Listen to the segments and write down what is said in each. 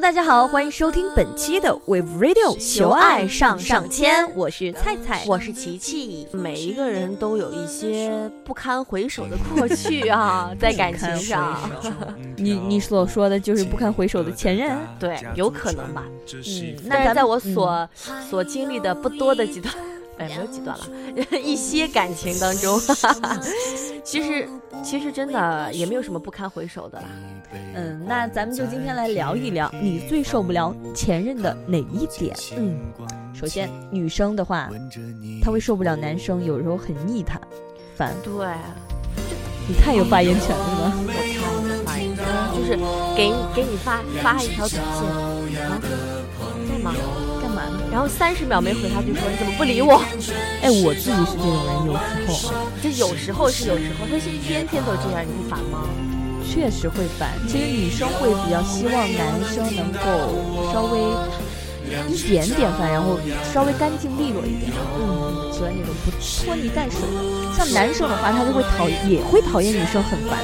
大家好，欢迎收听本期的 With Radio 求爱上上签，我是菜菜，我是琪琪。每一个人都有一些不堪回首的过嗯去啊，在感情上， 嗯你你所说的就是不堪回首的前任，对，有可能吧。嗯，但咱是在我所、嗯所经历的不多的几段，哎，没有几段了， 一些感情当中， 其实其实真的也没有什么不堪回首的啦。嗯，那咱们就今天来聊一聊，你最受不了前任的哪一点？嗯，首先女生的话，她会受不了男生有时候很腻她，烦，对，你太有发言权了吗？我看反正就是给你给你发发一条短信，啊，在忙，干嘛呢？然后三十秒没回他就说你怎么不理我？哎，我自己是这种人，有时候啊就有时候是有时候，但是一天天都这样，你不烦吗？确实会烦。其实女生会比较希望男生能够稍微一点点烦，然后稍微干净利落一点。嗯，喜欢那种不拖泥带水的。像男生的话，他就会讨也会讨厌女生很烦。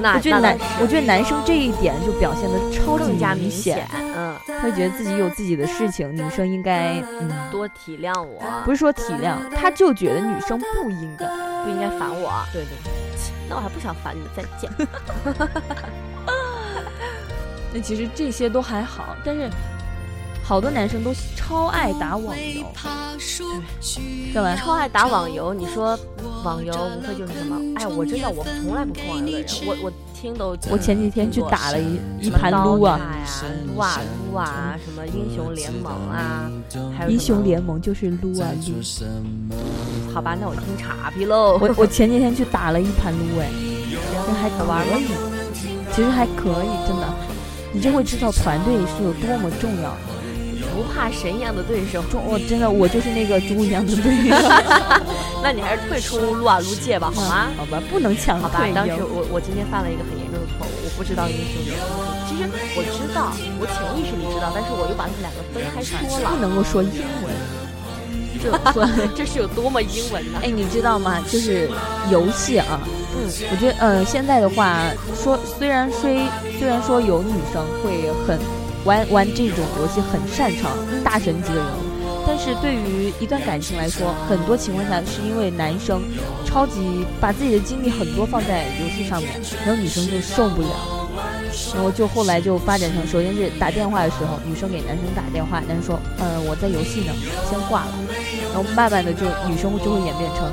那我觉得啊那男，我觉得男生这一点就表现的超级更加明显显，，嗯，他会觉得自己有自己的事情，女生应该嗯，多体谅我，不是说体谅，他就觉得女生不应该。不应该烦我，对对对，那我还不想烦你呢，再 见。那其实这些都还好，但是好多男生都超爱打网游，嗯干嘛？超爱打网游，你说网游无非就是什么？哎，我真的我从来不碰网游的人，我我听都我前几天去打了一嗯一盘撸撸啊，呀，撸啊撸啊，什么英雄联盟啊，还有英什么雄联盟就是撸啊撸。好吧，那我听岔劈喽。我我前几天去打了一盘撸，哎，那还好玩吗可以，其实还可以，真的，你就会知道团队是有多么重要。不怕神一样的对手，重，我真的我就是那个猪一样的队 友，那你还是退出撸啊撸界吧， 好吗？好吧，不能强好吧退，当时游。我我今天犯了一个很严重的错误，我不知道英雄联盟。其实我知道，我潜意识里知道，但是我又把他们两个分开说不了，能够说英文，这有多 这是有多么英文呢？哎，你知道吗？就是游戏啊，嗯，我觉得，呃，现在的话，说虽然虽虽然说有女生会很玩玩这种游戏很擅长大神级的人物，但是对于一段感情来说，很多情况下是因为男生超级把自己的精力很多放在游戏上面，然后女生就受不了。然后就后来就发展成，首先是打电话的时候，女生给男生打电话，男生说，呃，我在游戏呢，先挂了。然后慢慢的就女生就会演变成，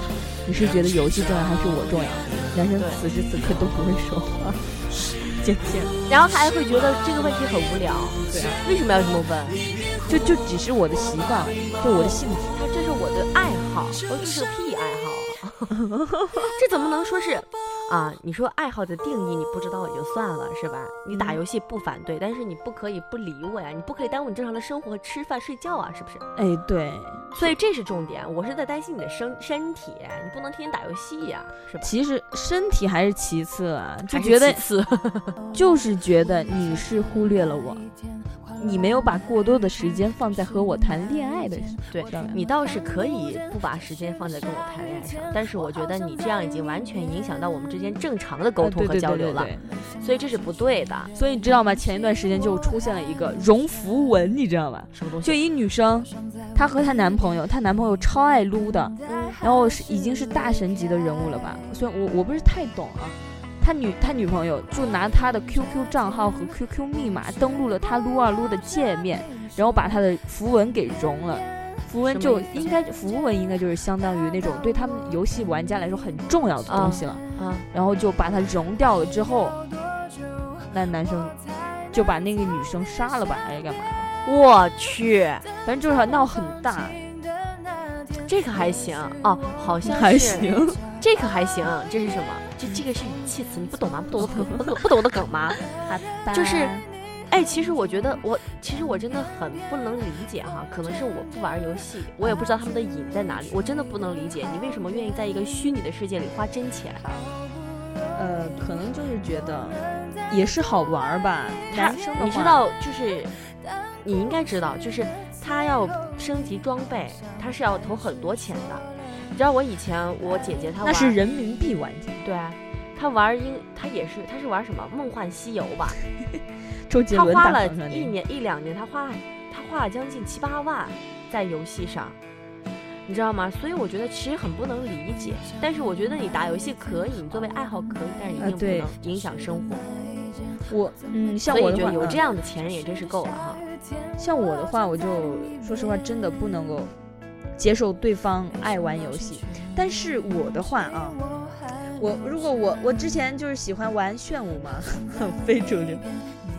你是觉得游戏重要还是呃我重要？男生对此时此刻都不会说 话，渐渐然后他还会觉得这个问题很无聊，对啊，为什么要这么问？就就只是我的习惯，就我的兴趣。他这是我的爱好，我这是个屁爱好，啊 这怎么能说是？啊，你说爱好的定义你不知道也就算了，是吧？你打嗯游戏不反对，但是你不可以不理我呀，你不可以耽误你正常的生活、吃饭、睡觉啊，是不是？哎，对，所以这是重点，我是在担心你的身身体，你不能天天打游戏呀、是吧？其实身体还是其次啊，就还是觉得其次就是觉得你是忽略了我，你没有把过多的时间放在和我谈恋爱的对上面。 你倒是可以不把时间放在跟我谈恋爱上，但是我觉得你这样已经完全影响到我们之间正常的沟通和交流了，啊对对对对对所以这是不对的。所以你知道吗？前一段时间就出现了一个荣符文，你知道吗？什么东西？就一女生，她和她男朋友，她男朋友超爱撸的，然后是已经是大神级的人物了吧？虽然我我不是太懂啊，他女他女朋友就拿他的 QQ 账号和 QQ 密码登录了他撸啊撸的界面，然后把他的符文给融了。符文就什么意思应该符文应该就是相当于那种对他们游戏玩家来说很重要的东西了，啊，然后就把它融掉了之后，那男生就把那个女生杀了吧，还是干嘛？我去，反正就是闹很大，这个还行哦，好像是，这个还行，这是什么？这这个是语气词，你不懂吗？不懂我的梗，不懂不懂我的梗吗？就是哎，其实我觉得我，其实我真的很不能理解哈，可能是我不玩游戏，我也不知道他们的瘾在哪里，我真的不能理解你为什么愿意在一个虚拟的世界里花真钱。呃，可能就是觉得也是好玩儿吧。他男生的话，你知道，就是你应该知道，就是他要升级装备，他是要投很多钱的。你知道我以前我姐姐她那是玩人民币玩家，对，他玩英，他也是，他是玩什么《梦幻西游》吧？周杰他伦花大了黄山一林，年一两年，他花了他花了将近七八万在游戏上，你知道吗？所以我觉得其实很不能理解。但是我觉得你打游戏可以，你作为爱好可以，但是啊一定对不能影响生活。我嗯，像所以我我的觉话得有嗯这样的前任也真是够了哈。像我的话，我就说实话，真的不能够接受对方爱玩游戏。但是我的话啊，我如果我我之前就是喜欢玩炫舞嘛， 很非主流，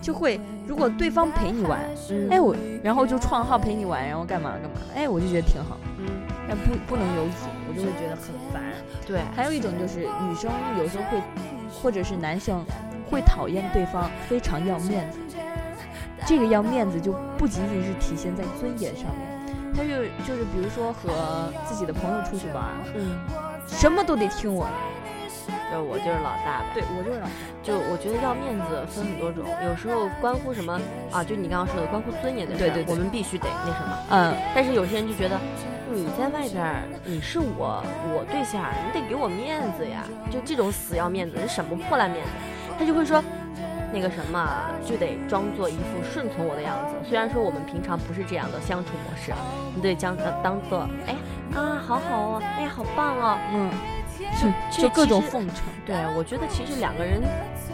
就会如果对方陪你玩，嗯哎我，然后就创号陪你玩，然后干嘛干嘛，哎我就觉得挺好，嗯，但不不能有瘾，我就会觉得很烦。对，还有一种就是女生有时候会，或者是男生会讨厌对方非常要面子，这个要面子就不仅仅是体现在尊严上面，他就就是比如说和自己的朋友出去玩，嗯，什么都得听我的，就是我就是老大呗。对我就是老就我觉得要面子分很多种，有时候关乎什么啊，就你刚刚说的关乎尊严的事儿，对对对我们必须得那什么。嗯，但是有些人就觉得，你在外边儿，你是我我对象儿，你得给我面子呀。就这种死要面子，是什么破烂面子？他就会说，那个什么，就得装作一副顺从我的样子。虽然说我们平常不是这样的相处模式啊，你得将呃当做，哎啊，好好哦，哎呀，好棒哦。嗯，就这就各种其实奉承，对，我觉得其实两个人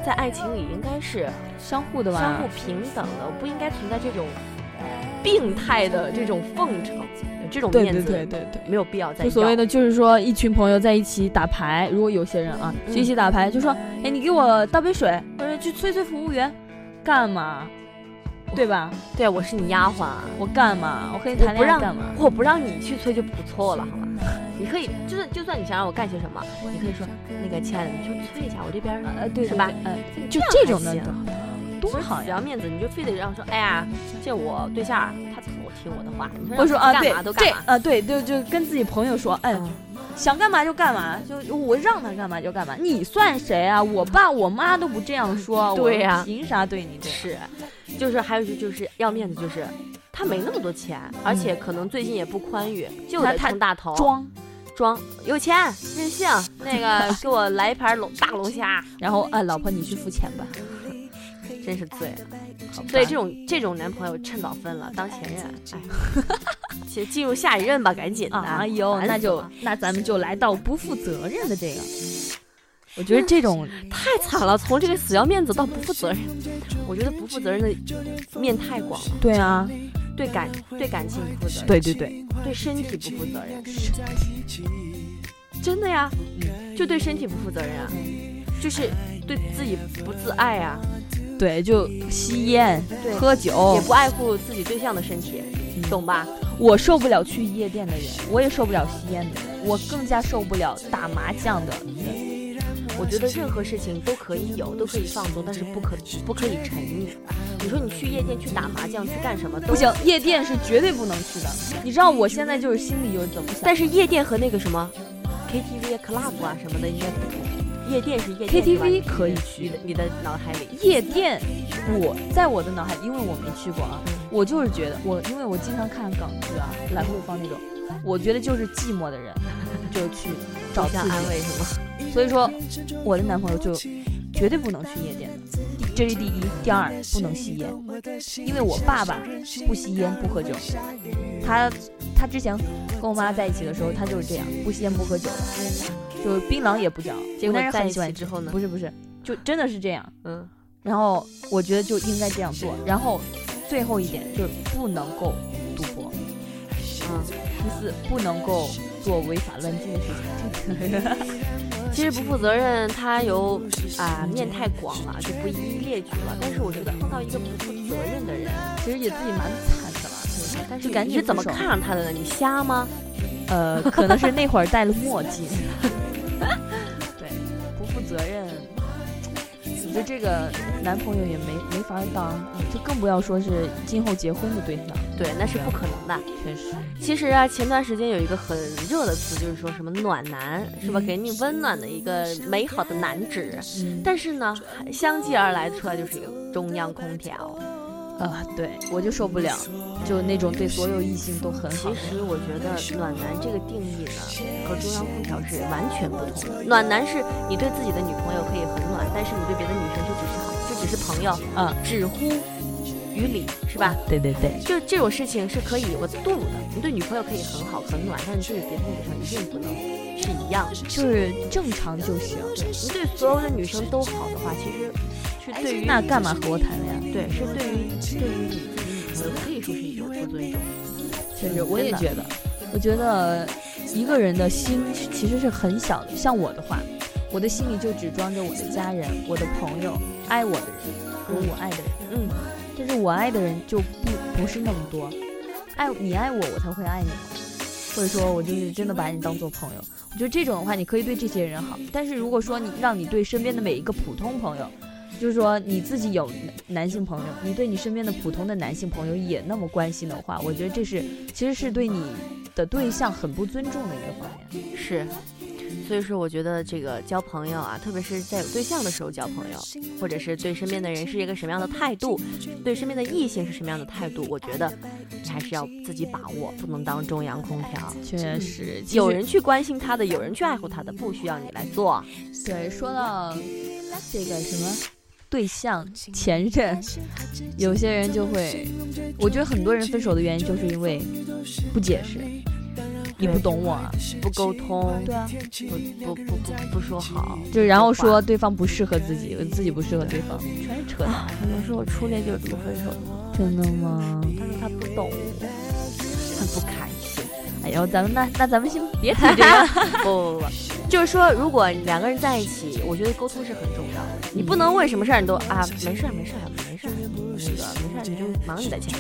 在爱情里应该是相互的吧，相互平等的，不应该存在这种呃病态的这种奉承，这种对面对子对对对。没有必要再就所谓要的，就是说一群朋友在一起打牌，如果有些人啊，嗯就一起打牌，就说，哎，你给我倒杯水，或者去催催服务员，干嘛？对吧？对我是你丫鬟啊，我干嘛？我和你我谈不恋爱让干嘛？我不让你去催就不错了，好吗？你可以，就是就算你想让我干些什么，你可以说那个亲爱的，你就催一下，我这边儿呃，对，是吧？对？呃，就就这这种种的的多好只呀！要面子，你就非得让说，哎呀，这我对象儿啊他不听我的话，你说让我说啊，他对干嘛都，干对嘛，啊，对，就就跟自己朋友说，哎，嗯想干嘛就干嘛，就我让他干嘛就干嘛，你算谁啊？我爸我妈都不这样说，我对呀凭啥对你这样？是，就是还有一句就是要面子，就是他没那么多钱，而且可能最近也不宽裕，就嗯他得他充大头装，装有钱任性，那个给我来一盘龙大龙虾，然后啊，老婆你去付钱吧。真是醉了。好吧所以这种这种男朋友趁早分了，当前任，哎，其实进入下一任吧，赶紧的。啊哟，烦那死就了那咱们就来到不负责任的这个，我觉得这种太惨了，从这个死要面子到不负责任，我觉得不负责任的面太广了，对啊，对感对感情不负责任，对对对，对身体不负责任，真的呀，嗯就对身体不负责任啊，就是对自己不自爱啊，对，就吸烟、对，喝酒也，不爱护自己对象的身体，懂吧？我受不了去夜店的人，我也受不了吸烟的人，我更加受不了打麻将的人。我觉得任何事情都可以有，都可以放纵，但是不可不可以沉溺。你说你去夜店去打麻将去干什么都不行，，夜店是绝对不能去的。你知道我现在就是心里就是怎么想但是夜店和那个什么 KTV 啊、club 啊什么的应该不同。夜店是夜店是吧 KTV 可以你去的，你的脑海里夜店，我在我的脑海，因为我没去过啊，嗯我就是觉得我，因为我经常看港剧啊、栏目放那种，我觉得就是寂寞的人嗯就去找互刺相激，安慰什么？所以说我的男朋友就绝对不能去夜店的，第这是第一，第二不能吸烟，因为我爸爸不吸烟不喝酒，他他之前跟我妈在一起的时候，他就是这样，不吸烟不喝酒的，就槟榔也不嚼，结我果男人在很一喜欢起之后呢？不是不是，就真的是这样。嗯，然后我觉得就应该这样做。然后最后一点就是不能够赌博，嗯，第四不能够做违法乱纪的事情。 其实不负责任，它有啊、面太广了，就不一一列举了。但是我觉得碰到一个不负责任的人，其实也自己蛮惨的了，但是就赶你紧是怎么分手看上他的呢？你瞎吗？呃，可能是那会儿戴了墨镜。 对，不负责任。你就这个男朋友也没没法当，就更不要说是今后结婚的对象，对，那是不可能的。确实。其实啊，前段时间有一个很热的词，就是说什么暖男，是吧？给你温暖的一个美好的男子。嗯，但是呢，相继而来出来就是一个中央空调，啊，对我就受不了，就那种对所有异性都很好其。实我觉得暖男这个定义呢，和中央空调是完全不同的。暖男是你对自己的女朋友可以很暖，但是你对别的女生就只是好，就只是朋友，嗯，只乎于理，是吧？对对对，就是这种事情是可以我度的，你对女朋友可以很好很暖，但是对别的女生一定不能是一样的。就是正常就行。你对所有的女生都好的话，其实是对于哎那干嘛和我谈恋爱？对，是对于对于你自己女朋友可以说是一种不尊重。确实，我也真的觉得，我觉得一个人的心其实是很小的。像我的话，我的心里就只装着我的家人、我的朋友、爱我的人和我爱的人。嗯，但是我爱的人就不不是那么多，爱你爱我，我才会爱你，或者说我就是真的把你当做朋友。我觉得这种的话，你可以对这些人好，但是如果说你让你对身边的每一个普通朋友，就是说你自己有男男性朋友，你对你身边的普通的男性朋友也那么关心的话，我觉得这是其实是对你的对象很不尊重的一个方面。是，所以说我觉得这个交朋友啊，特别是在有对象的时候交朋友，或者是对身边的人是一个什么样的态度，对身边的异性是什么样的态度，我觉得你还是要自己把握，不能当中央空调。确实，有人去关心他的，有人去爱护他的，不需要你来做。对，说到这个什么对象、前任，有些人就会，我觉得很多人分手的原因就是因为不解释，你不懂我啊，不沟通，对啊，不不不不不说好，就然后说对方不适合自己，呃自己不适合对方，全是扯淡。可能是我初恋就是这么分手的，真的吗？他说他不懂我，他不开心。哎呦，咱们那那咱们先别提 这个， 不不不，就是说，如果两个人在一起，我觉得沟通是很重要的。你不能为什么事儿你都啊没事儿没事儿没事儿，那个没事儿你就忙你的去。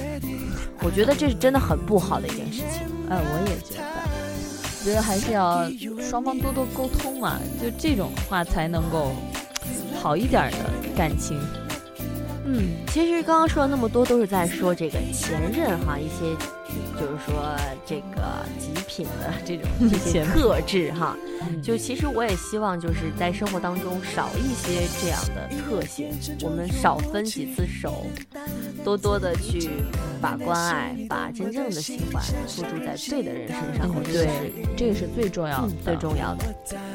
我觉得这是真的很不好的一件事情。哎，我也觉得。觉得还是要双方多多沟通嘛，就这种的话才能够好一点儿的感情。嗯，其实刚刚说了那么多，都是在说这个前任哈，一些就是说这个极品的这种这些前特质哈。嗯就其实我也希望就是在生活当中少一些这样的特性，我们少分几次手，多多的去把关爱、把真正的喜欢付诸在对的人身上，嗯我觉得对是这个是最重要的。最重要的。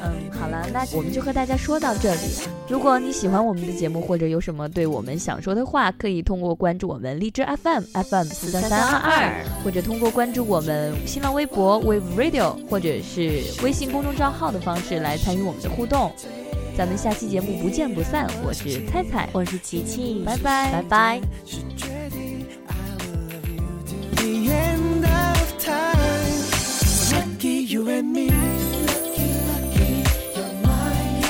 嗯，好了，那我们就和大家说到这里。如果你喜欢我们的节目，或者有什么对我们想说的话，可以通过关注我们荔枝 FM FM 四三三二二，或者通过关注我们新浪微博 Wave Radio，或者是微信公众账号的方式来参与我们的互动。咱们下期节目不见不散。我是菜菜，我是琪琪，拜拜拜拜。是决定 I will love you till the end of time. Lucky you and me. Lucky, lucky, you're mine.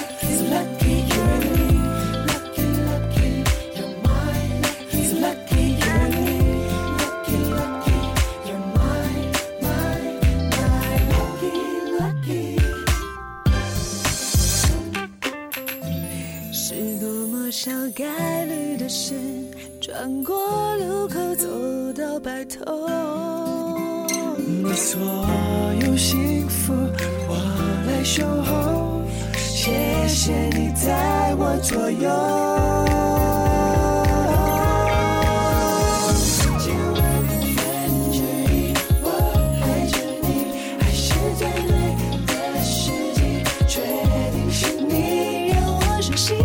Lucky you and me. Lucky, lucky, you're mine. Lucky you and me. Lucky, lucky, you're mine, mine, mine. Lucky, lucky. 是多么小概率的事，转过路口走到白头。你所有幸福，我来守候，谢谢你在我左右。今晚的饭局里，我陪着你，还是最美的时机。确定是你让我伤心，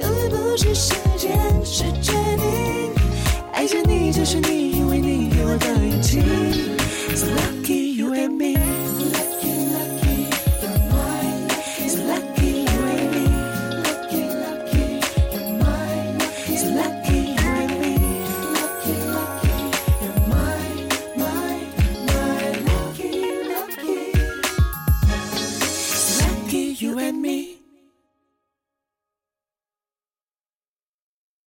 根本不是时间，是决定。爱着你就是你，因为你给我的勇气。